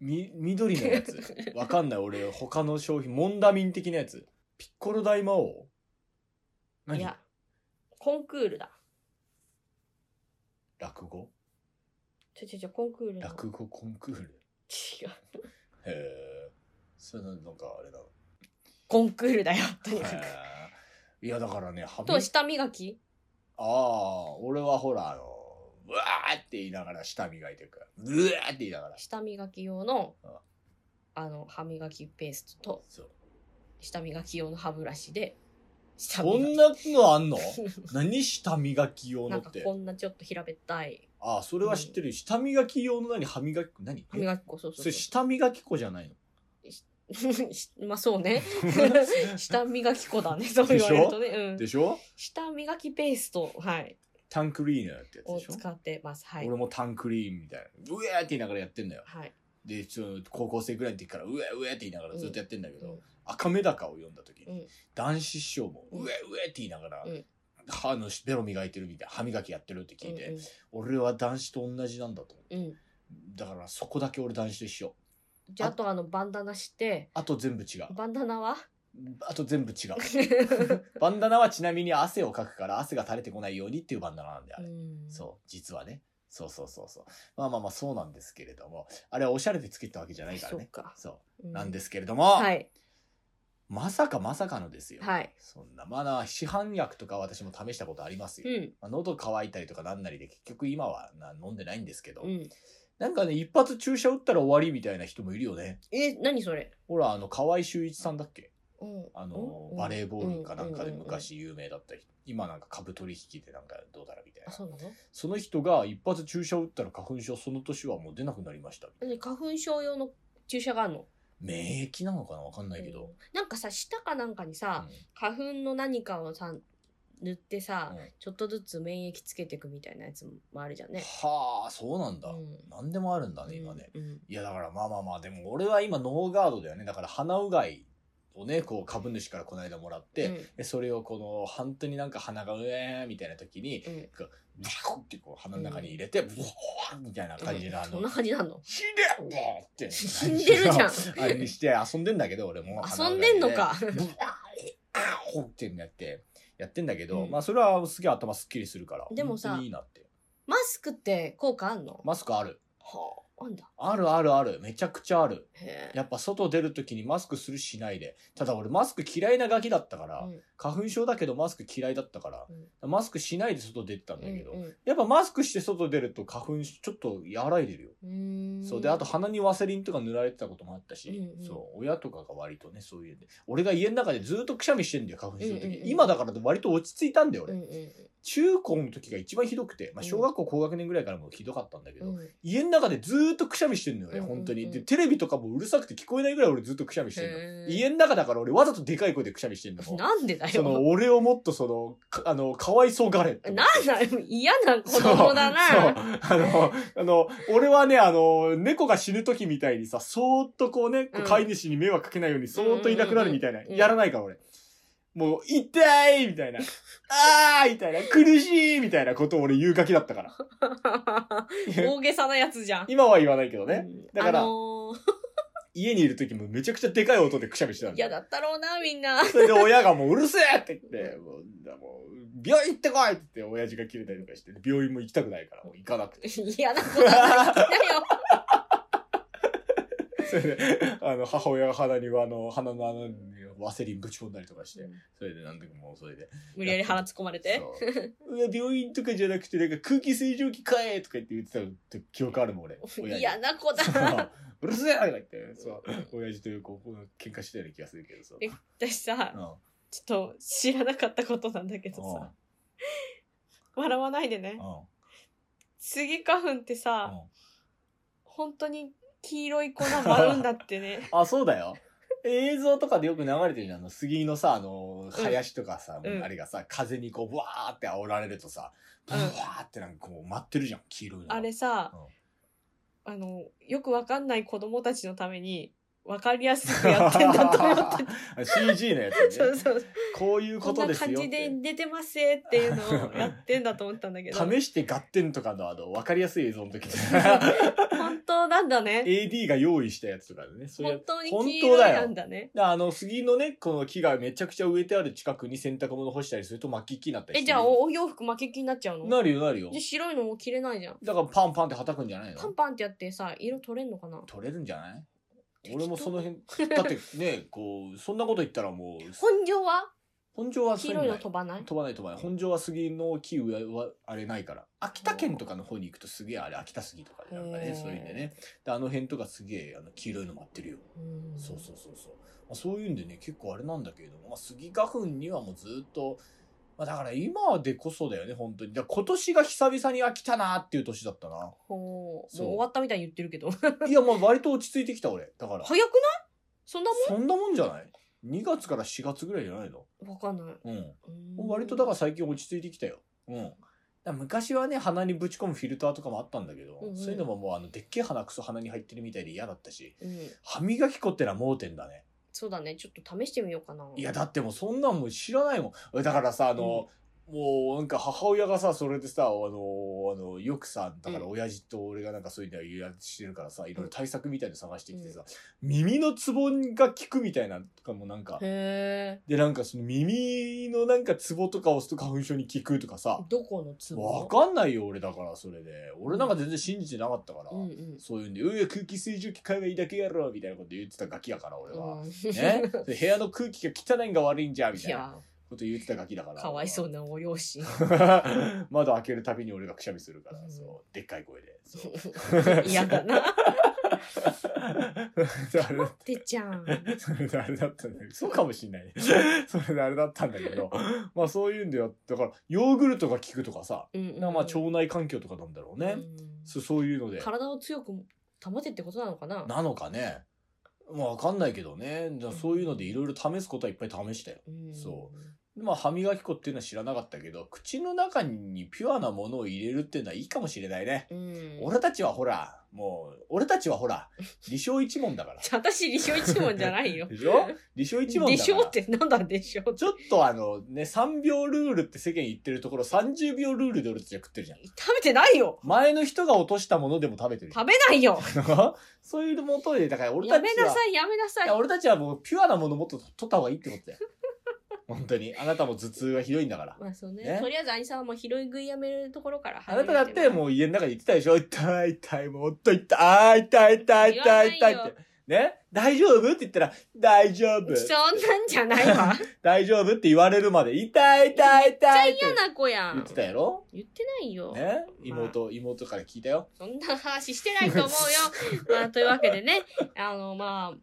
Speaker 2: み、緑のや つ。わかんない。俺、他の商品、モンダミン的なやつ。ピッコロ大魔王
Speaker 3: い
Speaker 2: 何
Speaker 3: や、コンクールだ。
Speaker 2: 落語
Speaker 3: ちょちょちょ、コンクールの。
Speaker 2: 落語コンクール
Speaker 3: 違う。
Speaker 2: へえ。それなんかあれだ。
Speaker 3: コンクールだよ、とにかく。
Speaker 2: へえいやだからね、歯磨
Speaker 3: と、
Speaker 2: き。
Speaker 3: 下磨き
Speaker 2: ああ、俺はほら、あの、うわーって言いながら舌磨いてるから。うわーって言いながら。
Speaker 3: 下磨き用の
Speaker 2: あ、
Speaker 3: あの、歯磨きペーストと、
Speaker 2: そう。
Speaker 3: 下磨き用の歯ブラシで、下
Speaker 2: こ
Speaker 3: 磨
Speaker 2: ん
Speaker 3: き。
Speaker 2: なのあ んの何舌磨き用
Speaker 3: な
Speaker 2: の
Speaker 3: ん
Speaker 2: っ
Speaker 3: か
Speaker 2: て
Speaker 3: こ。んなちょっと平べったい
Speaker 2: ああ、それは知ってるよ。舌磨き用の何歯磨き粉何
Speaker 3: 歯磨き粉、そう
Speaker 2: えそ
Speaker 3: そ
Speaker 2: う
Speaker 3: そ
Speaker 2: れ。
Speaker 3: う
Speaker 2: 舌磨き粉じゃないの
Speaker 3: まあそう ね。 下磨き粉だね。そう言われるとね。うん
Speaker 2: で。しょ
Speaker 3: 下磨きペースト、はい、
Speaker 2: タンクリーナーってやつ
Speaker 3: を
Speaker 2: でしょ
Speaker 3: 使ってます。はい
Speaker 2: 俺。もタンクリーンみたいな。うわーって言いながらやってんだよ。
Speaker 3: はい。
Speaker 2: で、ちょ高校生ぐらいの時から、うわうわって言いながらずっとやってんだけ
Speaker 3: う
Speaker 2: ど、
Speaker 3: ん
Speaker 2: 赤目高を読んだ時に、
Speaker 3: うん
Speaker 2: 男子師匠も、う
Speaker 3: うん
Speaker 2: わうわって言いながら、
Speaker 3: うん
Speaker 2: 歯のしベロ磨いてるみたいな、歯磨きやってるって聞いて、
Speaker 3: うん
Speaker 2: 俺は男子と同じなんだと思って。
Speaker 3: うん。
Speaker 2: だからそこだけ俺男子と一緒。
Speaker 3: じゃあ、あとあの、バンダナして、
Speaker 2: あと全部違う。
Speaker 3: バンダナは
Speaker 2: あと全部違う。 バンダナはちなみに汗をかくから汗が垂れてこないようにっていうバンダナなんであれ。そう、実はね。そうそうそうそう。まあまあまあそうなんですけれども、あれはおしゃれでつけたわけじゃ
Speaker 3: う
Speaker 2: ない
Speaker 3: ん。
Speaker 2: から
Speaker 3: そう
Speaker 2: ね。
Speaker 3: か。
Speaker 2: そうう。なんですすけれども、
Speaker 3: はい。
Speaker 2: まさかまさかのですよ。
Speaker 3: はい。
Speaker 2: そんな、まだ市販薬とか私も試したことあります
Speaker 3: う
Speaker 2: よ。
Speaker 3: ん。
Speaker 2: まあ、喉乾いたりとかなんなりで結局今はな飲んでないんですけど、
Speaker 3: うん。
Speaker 2: なんかね、一発注射打ったら終わりみたいな人もいるよね。
Speaker 3: え、何それ
Speaker 2: ほら、あの、河合修一さんだっけ
Speaker 3: うん
Speaker 2: あ
Speaker 3: う
Speaker 2: の
Speaker 3: ん
Speaker 2: バレーボールかなんかで
Speaker 3: うんうんうん
Speaker 2: 昔有名だった人今なんか株取引でなんかどうだらみたい
Speaker 3: あ
Speaker 2: な
Speaker 3: そうなの
Speaker 2: その人が一発注射打ったら花粉症その年はもう出なくなりました
Speaker 3: で花粉症用の注射があるの
Speaker 2: 免疫なのかなわかんないけ
Speaker 3: うん
Speaker 2: ど、
Speaker 3: なんかさ舌かなんかに
Speaker 2: うん
Speaker 3: さ、花粉の何かをさ塗ってさ、
Speaker 2: うん
Speaker 3: ちょっとずつ免疫つけていくみたいなやつもあるじゃんね。
Speaker 2: はあそうなんだ、
Speaker 3: うん
Speaker 2: 何でもあるんだね今ね、
Speaker 3: うんうん
Speaker 2: いやだからまあまあまあでも俺は今ノーガードだよねだから鼻うがいをねこう株主からこの間もらって、でそれをこの本当になんか鼻がうえーみたいな時に
Speaker 3: うんうん
Speaker 2: ブワーってこう鼻の中に入れて、ブワーみたいな感じであ
Speaker 3: そ
Speaker 2: の
Speaker 3: んな感じなの
Speaker 2: 死んでるって。
Speaker 3: 死んでるじゃん。
Speaker 2: あれにして遊んでんだけど、俺も。
Speaker 3: 遊んでんのか
Speaker 2: 鼻の中でね。ブワーあーほってなって、やってんだけど、
Speaker 3: うん
Speaker 2: まあそれはすげえ頭すっきりするから。
Speaker 3: でもさ
Speaker 2: 本当にいいなって。
Speaker 3: マスクって効果あんの、
Speaker 2: マスクある。
Speaker 3: はあ、あんだ。
Speaker 2: あるあるある。めちゃくちゃある。
Speaker 3: へえ。
Speaker 2: やっぱ外出るときにマスクするしないで。ただ俺マスク嫌いなガキだったから、
Speaker 3: うん
Speaker 2: 花粉症だけどマスク嫌いだったから、マスクしないで外出てたんだけど、
Speaker 3: うんうん
Speaker 2: やっぱマスクして外出ると花粉ちょっと和らいでるよ。
Speaker 3: うーん
Speaker 2: そうであと鼻にワセリンとか塗られてたこともあったし、
Speaker 3: うんうん
Speaker 2: そう親とかが割とねそういうね俺が家の中でずっとくしゃみしてんだよ花粉症の時、
Speaker 3: うんうんうん
Speaker 2: 今だから割と落ち着いたんだよ
Speaker 3: う
Speaker 2: 俺、
Speaker 3: んう
Speaker 2: 中高の時が一番ひどくて、まあ、
Speaker 3: うん
Speaker 2: 小学校高学年ぐらいからもひどかったんだけど、
Speaker 3: んうん。
Speaker 2: 家の中でずっとくしゃみしてんのよ俺
Speaker 3: うんうんうん
Speaker 2: 本当に、でテレビとかもうるさくて聞こえないぐらい俺ずっとくしゃみしてんの、
Speaker 3: へー
Speaker 2: 家の中だから俺わざとでかい声でくしゃみしてんのも
Speaker 3: なんでだよ。
Speaker 2: その俺をもっとそのかあのかわいそうがれって思って
Speaker 3: なんだよ。嫌な子供だ
Speaker 2: そ
Speaker 3: な。
Speaker 2: う。そうあの、あの、俺はね、あの、猫が死ぬ時みたいにさ、そーっとこうね、こう
Speaker 3: うん
Speaker 2: 飼い主に迷惑かけないように、そーっといなくなるみたいな。
Speaker 3: うんうんうん
Speaker 2: やらないから、俺。もう、痛いみたいな。あーみたいな。苦しいみたいなことを俺言うガキだったから。
Speaker 3: 大げさなやつじゃん。
Speaker 2: 今は言わないけどね。
Speaker 3: うん
Speaker 2: だから
Speaker 3: あの
Speaker 2: 家にいる時もめちゃくちゃでかい音でくしゃみしてた
Speaker 3: ー
Speaker 2: んだ
Speaker 3: 嫌
Speaker 2: よ。
Speaker 3: だったろうな、みんな。
Speaker 2: それで親がもううるせえって言って、もう、もう病院行ってこいって言って親父が切れたりとかして、病院も行きたくないから、もう行かな くて。
Speaker 3: 嫌な子だな、だよ。
Speaker 2: それで、あの、母親が鼻に、あの、鼻の穴にワセリンぶち込んだりとかして、それで、なんとかもうそれで。
Speaker 3: 無理やり鼻突っ込まれて。
Speaker 2: そううわ、病院とかじゃなくて、なんか空気清浄機かえとか言って言ってた記憶あるもん、俺。親に
Speaker 3: 嫌な子だ
Speaker 2: そ
Speaker 3: な。
Speaker 2: う うるせえとか言って、 そう、親父という、こう、喧嘩してたような気がするけどさ。
Speaker 3: え私さ
Speaker 2: う、ん
Speaker 3: ちょっと知らなかったことなんだけどさ、笑わないでね
Speaker 2: う。んうん
Speaker 3: スギ花粉ってさ、
Speaker 2: うん
Speaker 3: 本当に黄色い粉舞うんだってね。
Speaker 2: あ、そうだよ。映像とかでよく流れてるのあの、杉のさ、あの、林とかさ、
Speaker 3: うん
Speaker 2: あれがさ、風にこう、ブワーって煽られるとさ、ブ
Speaker 3: うん
Speaker 2: ワーってなんか こう、舞ってるじゃん、黄色いのが。
Speaker 3: あれさ、あの、よくわかんない子供たちのために、わかりやすくやってんだと思 って。
Speaker 2: CG のやつ
Speaker 3: そ
Speaker 2: ね
Speaker 3: う。そう。
Speaker 2: こういう
Speaker 3: こ
Speaker 2: こ
Speaker 3: ん
Speaker 2: と
Speaker 3: な
Speaker 2: です
Speaker 3: 感
Speaker 2: よっ
Speaker 3: じで
Speaker 2: て。
Speaker 3: 出てますっていう のをやってんだと思ったんだけど。
Speaker 2: 試して合点とかのあの、わかりやすい映像の時
Speaker 3: 本当なんだね。
Speaker 2: AD が用意したやつとかでね。そういう
Speaker 3: 本
Speaker 2: やつ
Speaker 3: 当に黄色いなんだね。
Speaker 2: であの、杉のね、この木がめちゃくちゃ植えてある近くに洗濯物干したりすると巻き木になったりす
Speaker 3: え、
Speaker 2: る
Speaker 3: じゃあおお洋服負け気になっちゃうの
Speaker 2: なるよ、なるよ
Speaker 3: じゃあ。白いのも着れないじゃん。
Speaker 2: だからパンパンって叩くんじゃない
Speaker 3: パン
Speaker 2: の
Speaker 3: パンってやってさ、色取れんのかな
Speaker 2: 取れるんじゃない
Speaker 3: 適当
Speaker 2: 俺もそ の辺、だってね、こう、そんなこと言ったらもう、
Speaker 3: 本上は
Speaker 2: 本場は
Speaker 3: 黄
Speaker 2: 杉
Speaker 3: 色い
Speaker 2: な
Speaker 3: の
Speaker 2: い
Speaker 3: 飛ばない
Speaker 2: 飛ばない飛ばない本庄は杉の木植えはあれないから秋田県とかの方に行くとすげえあれ秋田杉とかでなんか
Speaker 3: へ
Speaker 2: ね
Speaker 3: ー
Speaker 2: そういうんでねであの辺とかすげえあの黄色いの待ってるよ、
Speaker 3: うん
Speaker 2: そうそうそうそう、まあ、そういうんでね結構あれなんだけれども、まあ、杉花粉にはもうずっと、まあ、だから今でこそだよね本当にだから今年が久々に飽きたなっていう年だったな
Speaker 3: ほう。
Speaker 2: そう
Speaker 3: もう終わったみたいに言ってるけど。
Speaker 2: いやまあ割と落ち着いてきた俺だから
Speaker 3: 早くないそんな
Speaker 2: そんなもんじゃない2月から4月ぐらいじゃないの
Speaker 3: もんわかんない。
Speaker 2: うん
Speaker 3: うん
Speaker 2: 割とだから最近落ち着いてきたよ。うん。だから昔はね鼻にぶち込むフィルターとかもあったんだけど、
Speaker 3: うんうん
Speaker 2: そういうのももうあのでっけえ鼻くそ鼻に入ってるみたいで嫌だったし
Speaker 3: うん。
Speaker 2: 歯磨き粉ってのは盲点だね
Speaker 3: そうだね。ちょっと試してみようかな。
Speaker 2: いやだってもうそんなんもう知らないもんだからさあの、もうなんか母親がさそれでさあのあのよくさだから
Speaker 3: うん
Speaker 2: 親父と俺がなんかそういうのやしてるからさいろいろ対策みたいの探してきてさ、耳のツボが効くみたいなのとかもなんか
Speaker 3: へえ。
Speaker 2: でなんかその耳のなんかツボとか押すと花粉症に効くとかさ、
Speaker 3: どこのツボ
Speaker 2: わかんないよ、俺だから、それで。俺なんか全然信じてなかったから。
Speaker 3: うんうん。
Speaker 2: そういうんで、うや、空気清浄機買えばいいだけやろ、みたいなこと言ってたガキやから、俺は。
Speaker 3: うん
Speaker 2: ねで部屋の空気が汚いんが悪いんじゃ、み
Speaker 3: い
Speaker 2: たいな
Speaker 3: や、
Speaker 2: こと言ってたガキだから。
Speaker 3: かわいそうなお 両親。
Speaker 2: な。窓開けるたびに俺がくしゃみするから、
Speaker 3: うん
Speaker 2: そう。でっかい声で。そう。
Speaker 3: 嫌だな。
Speaker 2: あれだ
Speaker 3: てっちゃん。
Speaker 2: それであれだったんだけど、そうかもしん ないね。それであれだったんだけど、まあそういうんでやだから、ヨーグルトが効くとかさ、
Speaker 3: うんうん
Speaker 2: まあ腸内環境とかなんだろうね。
Speaker 3: うん
Speaker 2: そうそういうので。
Speaker 3: 体を強く保てってことなのかな
Speaker 2: なのかね。まあわかんないけどね。じゃあそういうのでいろいろ試すことはいっぱい試したよ。
Speaker 3: うん
Speaker 2: そまあ歯磨き粉っていうのは知らなかったけど、口の中にピュアなものを入れるっていうのはいいかもしれないね。
Speaker 3: うん。
Speaker 2: 俺たちはほら、もう、俺たちはほ ら、理想一問だから。
Speaker 3: 私、理想一問じゃないよ。
Speaker 2: でしょ 理想一問だから。
Speaker 3: でしょってなんだでしょって
Speaker 2: ちょっとあのね、3秒ルールって世間言ってるところ30秒ルールで俺たちは食ってるじゃん。
Speaker 3: 食べてないよ
Speaker 2: 前の人が落としたものでも食べてるじゃん
Speaker 3: 食べないよ
Speaker 2: そういうもとで、だから俺た
Speaker 3: や
Speaker 2: ちは。
Speaker 3: めなさいやめなさ
Speaker 2: い
Speaker 3: い
Speaker 2: や俺たちはもうピュアなものもっと取った方がいいってこと だよ。本当に。あなたも頭痛がひどいんだから。
Speaker 3: まあそうね
Speaker 2: ね
Speaker 3: とりあえず兄さんはもう拾い食いやめるところから
Speaker 2: あなただって
Speaker 3: う
Speaker 2: もう家の中で言ってたでしょ痛い痛いもっと痛い痛い痛い痛い痛い
Speaker 3: 言わ
Speaker 2: っ
Speaker 3: ない
Speaker 2: て。ね大丈夫って言ったら、大丈夫
Speaker 3: そんなんじゃな いわ
Speaker 2: 大丈夫って言われるまで、痛い痛い痛いって
Speaker 3: 嫌な子や
Speaker 2: 言
Speaker 3: ん
Speaker 2: ってたやろ
Speaker 3: 言ってないよ、
Speaker 2: ね妹、妹から聞いたよ。
Speaker 3: そんな話してないと思 うよまあというわけでねあのまあ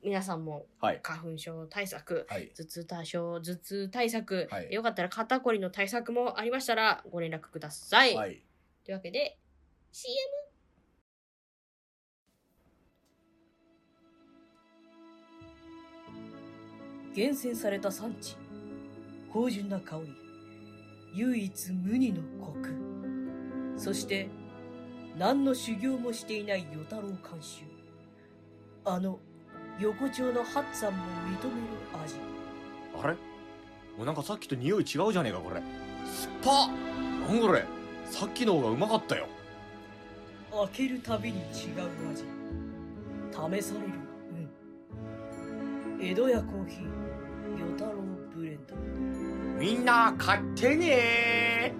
Speaker 3: 皆さんも
Speaker 2: はい。
Speaker 3: 花粉症対策
Speaker 2: はい。
Speaker 3: 頭痛多少頭痛対策、
Speaker 2: はい
Speaker 3: よかったら肩こりの対策もありましたらご連絡ください、
Speaker 2: はい。
Speaker 3: というわけで CM
Speaker 1: 厳選された産地芳醇な香り唯一無二のコクそして何の修行もしていない与太郎監修あの横丁のハッツァンも認める味
Speaker 2: あれおなんかさっきと匂い違うじゃねえか、これ。酸っぱなんこれさっきの方がうまかったよ。
Speaker 1: 開けるたびに違う味試されるうん江戸屋コーヒー与太郎ブレンド
Speaker 2: みんな、買ってね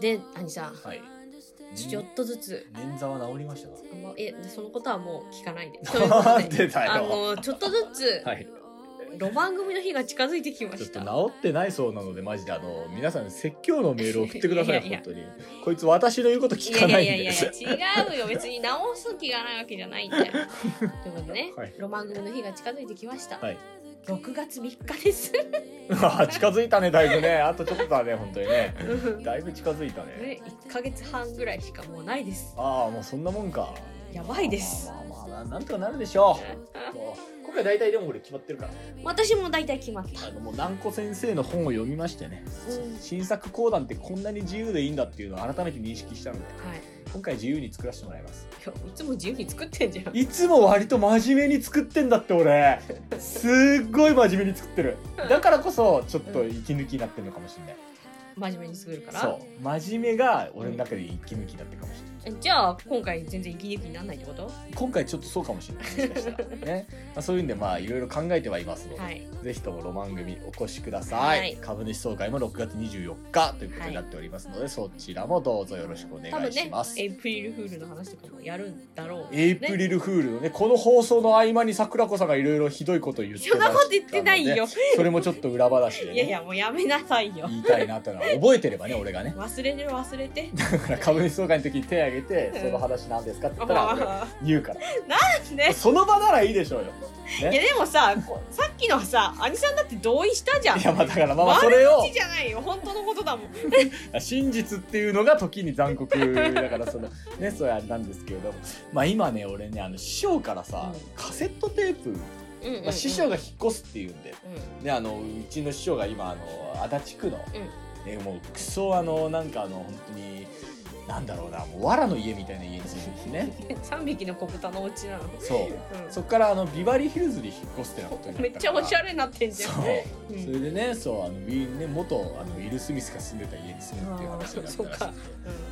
Speaker 3: で兄さん
Speaker 2: はい。
Speaker 3: ちょっとずつ
Speaker 2: 捻挫は治りました
Speaker 3: あんまえそのことはもう聞かないで というこ
Speaker 2: な
Speaker 3: と
Speaker 2: ん
Speaker 3: で
Speaker 2: でだ
Speaker 3: あ
Speaker 2: よ。
Speaker 3: のちょっとずつ、
Speaker 2: はい。
Speaker 3: ロマン組の日が近づいてきま
Speaker 2: ちょ
Speaker 3: し
Speaker 2: ったと治ってないそうなので、マジで、あの、皆さん説教のメールを送ってください、
Speaker 3: いやいや
Speaker 2: 本当に。こいつ私の言うこと聞かないん
Speaker 3: やいや
Speaker 2: で
Speaker 3: い。やいや違うよ別に直す気がないわけじゃないん だよということでね、
Speaker 2: はい
Speaker 3: ロマン組の日が近づいてきました、
Speaker 2: はい。
Speaker 3: 6月3日です
Speaker 2: あー近づいたね、だいぶね。あとちょっとだね、本当にね。
Speaker 3: うん
Speaker 2: だいぶ近づいたね。
Speaker 3: ね1ヶ月半ぐらいしかもうないです
Speaker 2: ああ、もうそんなもんか。
Speaker 3: やばいです
Speaker 2: まあまあまあ、なんとかなるでしょう。もう今回大体でも俺決まってるから。
Speaker 3: 私も大体決まった
Speaker 2: あのもう南子先生の本を読みましてね、新作講談ってこんなに自由でいいんだっていうのを改めて認識したので、
Speaker 3: はい
Speaker 2: 今回自由に作らせてもらいます。
Speaker 3: いやいつも自由に作ってんじゃん
Speaker 2: いつも割と真面目に作ってんだって俺。すっごい真面目に作ってる。だからこそちょっと息抜きになってるのかもしれない。
Speaker 3: 真面目に作るから
Speaker 2: そう。真面目が俺の中で息抜きになってるかもしれない。
Speaker 3: えじゃあ今回全然息抜きにならないってこと
Speaker 2: 今回ちょっとそうかもしれない。もしかしたらね。まあ、そういうんでまあいろいろ考えてはいますので。
Speaker 3: はい
Speaker 2: ぜひともロマン組お越しください。
Speaker 3: はい
Speaker 2: 株主総会も6月24日ということになっておりますので、そちらもどうぞよろしくお
Speaker 3: 多
Speaker 2: 願
Speaker 3: 分
Speaker 2: いし
Speaker 3: ね
Speaker 2: ます。
Speaker 3: エイプリルフールの話とかもやるんだろ う、
Speaker 2: エイプ
Speaker 3: ね
Speaker 2: リルフールのね、この放送の合間に桜子さんがいろいろひどいことを言って
Speaker 3: そんなこと言ってない
Speaker 2: ま
Speaker 3: よ
Speaker 2: したので。それもちょっと裏話で、ね、
Speaker 3: いやいやもうやめなさいよ
Speaker 2: 言いたいなというのは覚えてればね、俺がね。
Speaker 3: 忘れる忘れて
Speaker 2: だから株主総会の時に手を挙げて、
Speaker 3: うん
Speaker 2: その話なんですかって言ったら俺
Speaker 3: まあ
Speaker 2: 言うから。
Speaker 3: ね
Speaker 2: その場ならいいでしょうよ。
Speaker 3: いやでもさこさっきのはさ兄さんだって同意したじゃん
Speaker 2: いや、まあだからまあまあそれを
Speaker 3: 悪口、じゃないよ本当のことだもん
Speaker 2: 真実っていうのが時に残酷だからそのねそうやなんですけれどもまあ今ね俺ねあの師匠からさ、
Speaker 3: うん
Speaker 2: カセットテープ、まあ、師匠が引っ越すっていうんで、
Speaker 3: う
Speaker 2: ねあのうちの師匠が今あの足立区の、
Speaker 3: う
Speaker 2: ね、もうクソあのなんかあの本当になんだろうなもう藁の家みたいな家に住んでるしね
Speaker 3: ん3匹の子豚のお家なの、う
Speaker 2: そう。
Speaker 3: ん、
Speaker 2: そっからあのビバリーヒルズに引っ越すってなことになったから
Speaker 3: めっちゃおしゃれになってんじゃん
Speaker 2: そう、
Speaker 3: うん
Speaker 2: それでねそうあのウィーンね元あのウィル・スミスが住んでた家に住むっていう話になったらし
Speaker 3: あーそう
Speaker 2: くて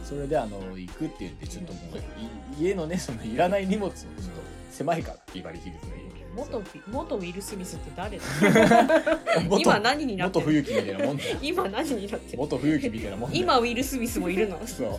Speaker 2: それであの行くって言ってちょっともうい家のねそのいらない荷物をちょっと狭いからビバリーヒルズの家に
Speaker 4: 元ビ元ウィル・スミスって誰だ
Speaker 2: 元
Speaker 4: 今何になって
Speaker 2: 元
Speaker 4: る
Speaker 2: 冬木みたいなもんだよ
Speaker 4: 今何になってる
Speaker 2: 元冬木みたいなもんだよ
Speaker 4: 今ウィル・スミスもいるの
Speaker 2: そう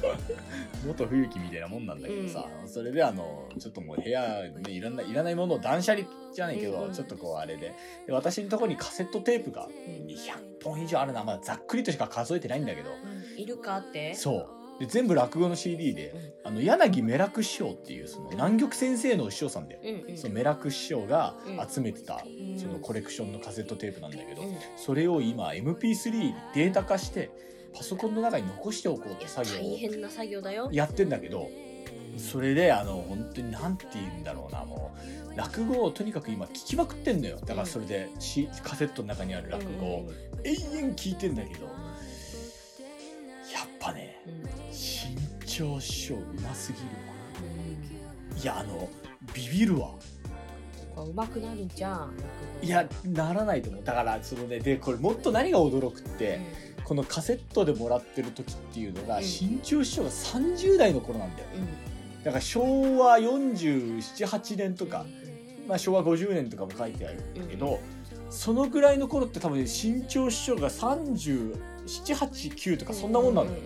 Speaker 2: 元冬木みたいなもんなんだけどさ、それであのちょっともう部屋にねいらないいらないものを断捨離じゃないけど、
Speaker 3: うん
Speaker 2: ちょっとこうあれでで私のところにカセットテープが200本以上あるなまだざっくりとしか数えてないんだけど
Speaker 4: いるかって
Speaker 2: そうで全部落語の CD であの柳目楽師匠っていうその南極先生のお師匠さんだよ、
Speaker 3: うんうん
Speaker 2: その目楽師匠が
Speaker 3: うん
Speaker 2: 集めてた
Speaker 3: うん
Speaker 2: そのコレクションのカセットテープなんだけど、
Speaker 3: うん
Speaker 2: それを今 MP3 にデータ化してパソコンの中に残しておこうっ
Speaker 3: い
Speaker 2: て
Speaker 3: や
Speaker 2: 作業を
Speaker 3: 大変な作業だよ。
Speaker 2: やってんだけどそれであの本当に何て言うんだろうなもう落語をとにかく今聞きまくってんのよだからそれで、しカセットの中にある落語を永遠聞いてんだけどやっぱね
Speaker 3: うん
Speaker 2: 新潮師匠うますぎるわいやあのビビるわ
Speaker 3: うまくなるじゃん。
Speaker 2: いやならないと思うだからそのねでこれもっと何が驚くって、このカセットでもらってる時っていうのが、
Speaker 3: うん
Speaker 2: 新潮師匠が30代の頃なんだよ
Speaker 3: うん
Speaker 2: だから昭和478年とか、まあ、昭和50年とかも書いてあるけど、そのぐらいの頃って多分新潮師匠が37889とかそんなもんなの、
Speaker 3: ううう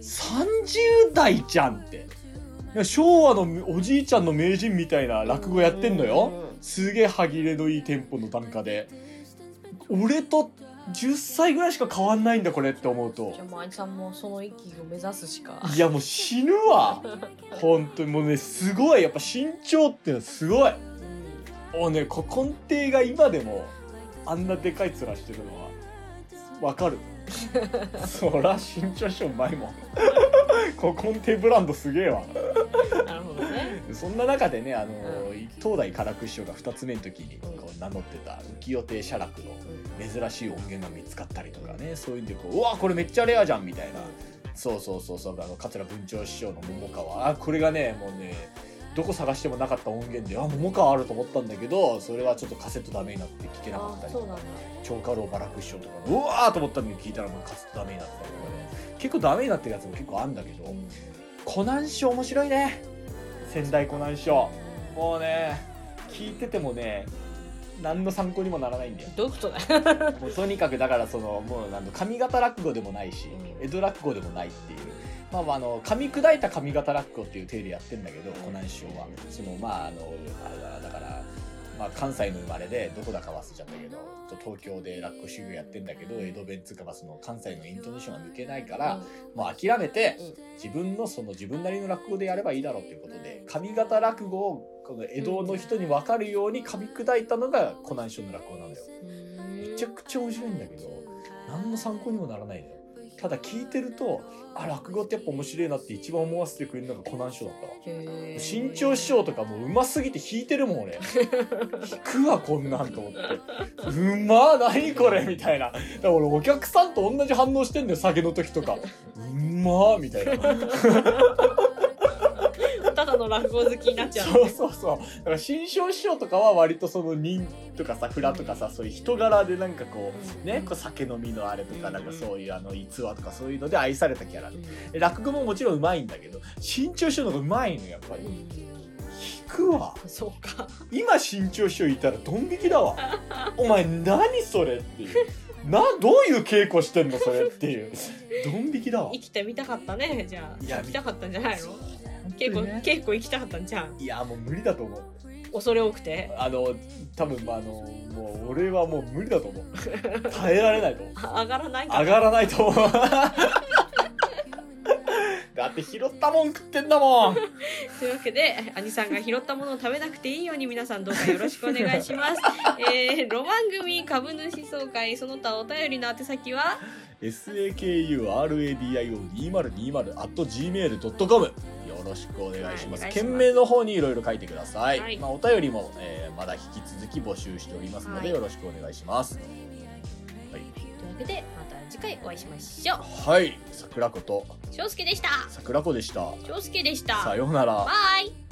Speaker 2: 30代じゃんっていや昭和のおじいちゃんの名人みたいな落語やってんのよ、
Speaker 3: うんうんうん
Speaker 2: すげえ歯切れのいいテンポの単価で俺と10歳ぐらいしか変わんないんだこれって思うと
Speaker 4: じゃあもうあいさんもその域を目指すしか
Speaker 2: いやもう死ぬわ本当にもうねすごいやっぱ身長ってのはすごいもうね古今亭が今でもあんなでかい面してるのはわかるそら身長しょうまいもん 古今亭ブランドすげえわ
Speaker 4: なるほどね
Speaker 2: そんな中でねあの、東大唐久師匠が2つ目の時にこう名乗ってた浮世亭写楽の珍しい音源が見つかったりとかねそういうんでこううわこれめっちゃレアじゃんみたいなそうそうそうそうあの桂文朝師匠の「桃川」あこれがねもうねどこ探してもなかった音源で「あ桃川ある」と思ったんだけどそれはちょっとカセットダメになって聞けなか
Speaker 3: あ
Speaker 2: った
Speaker 3: ー
Speaker 2: り
Speaker 3: そ
Speaker 2: と
Speaker 3: うなん
Speaker 2: か
Speaker 3: だ。
Speaker 2: 長家老バラク師匠とかのうわーと思ったのに聞いたらもうカセットダメになったりとかね結構ダメになってるやつも結構あんだけど。コナン師面白いね仙台コナン師もうね聞いててもね何の参考にもならないんだよ
Speaker 4: どういうことだよ
Speaker 2: もうと にかくだからそのもうなんだ上方落語でもないし
Speaker 4: うん
Speaker 2: 江戸落語でもないっていうまあまああの噛み砕いた上方落語っていう体でやってんだけどコナン師匠はそのまああのあだからまあ、関西の生まれでどこだか忘れちゃったけど東京で落語修行やってんだけど江戸弁つうかまあその関西のイントネーションが抜けないから、もう諦めて、自分のその自分なりの落語でやればいいだろうということで上方落語をこの江戸の人に分かるように噛み砕いたのがコナン師匠の落語なんだよ。めちゃくちゃ面白いんだけど何の参考にもならないのよ。ただ聞いてるとあ落語ってやっぱ面白いなって一番思わせてくれるのがコナン師匠だったわ。新潮師匠とかもううますぎて弾いてるもん俺弾くわこんなんと思ってうまー何これみたいなだから俺お客さんと同じ反応してんだよ酒の時とかうまーみたいな
Speaker 4: ただの落語好きになっちゃう
Speaker 2: そうそうそうだから新潮師匠とかは割とその人とかさ蔵とかさそういう人柄でなんかこうねこう酒飲みのあれとかなんかそういうあの逸話とかそういうので愛されたキャラで落語ももちろんうまいんだけど新潮師匠の方がうまいのやっぱり弾くわ
Speaker 4: そうか
Speaker 2: 今新潮師匠いたらドン引き だわお前何それっていうなどういう稽古してんのそれっていうドン引きだわ
Speaker 4: 生きてみたかったねじゃあ
Speaker 2: いや
Speaker 4: 生きたかったんじゃないの結
Speaker 2: 結構
Speaker 4: 構結構生きたかったんじゃん
Speaker 2: いやもう無理だと思う
Speaker 4: 恐れ多くて
Speaker 2: あの多分まああのもう俺はもう無理だと思う耐えられないと思う
Speaker 4: あ上がらないか
Speaker 2: 上がらないと思う だって拾ったもん食ってんだもん
Speaker 4: というわけで兄さんが拾ったものを食べなくていいように皆さんどうかよろしくお願いし ます、えー、ロマン組株主総会その他お便りの宛先は
Speaker 2: sakuradio2020 at gmail.com よろしくお願いします
Speaker 4: はいお願いします
Speaker 2: 件名の方にいろいろ書いてください、
Speaker 4: はい
Speaker 2: まあ、お便りも、えーまだ引き続き募集しておりますので
Speaker 4: はい
Speaker 2: よろしくお願いしますはい、
Speaker 4: というわけでまた次回お会いしましょう
Speaker 2: はい、桜子と
Speaker 4: 翔介でした
Speaker 2: 桜子でした
Speaker 4: 翔介でした
Speaker 2: さようなら
Speaker 4: バイ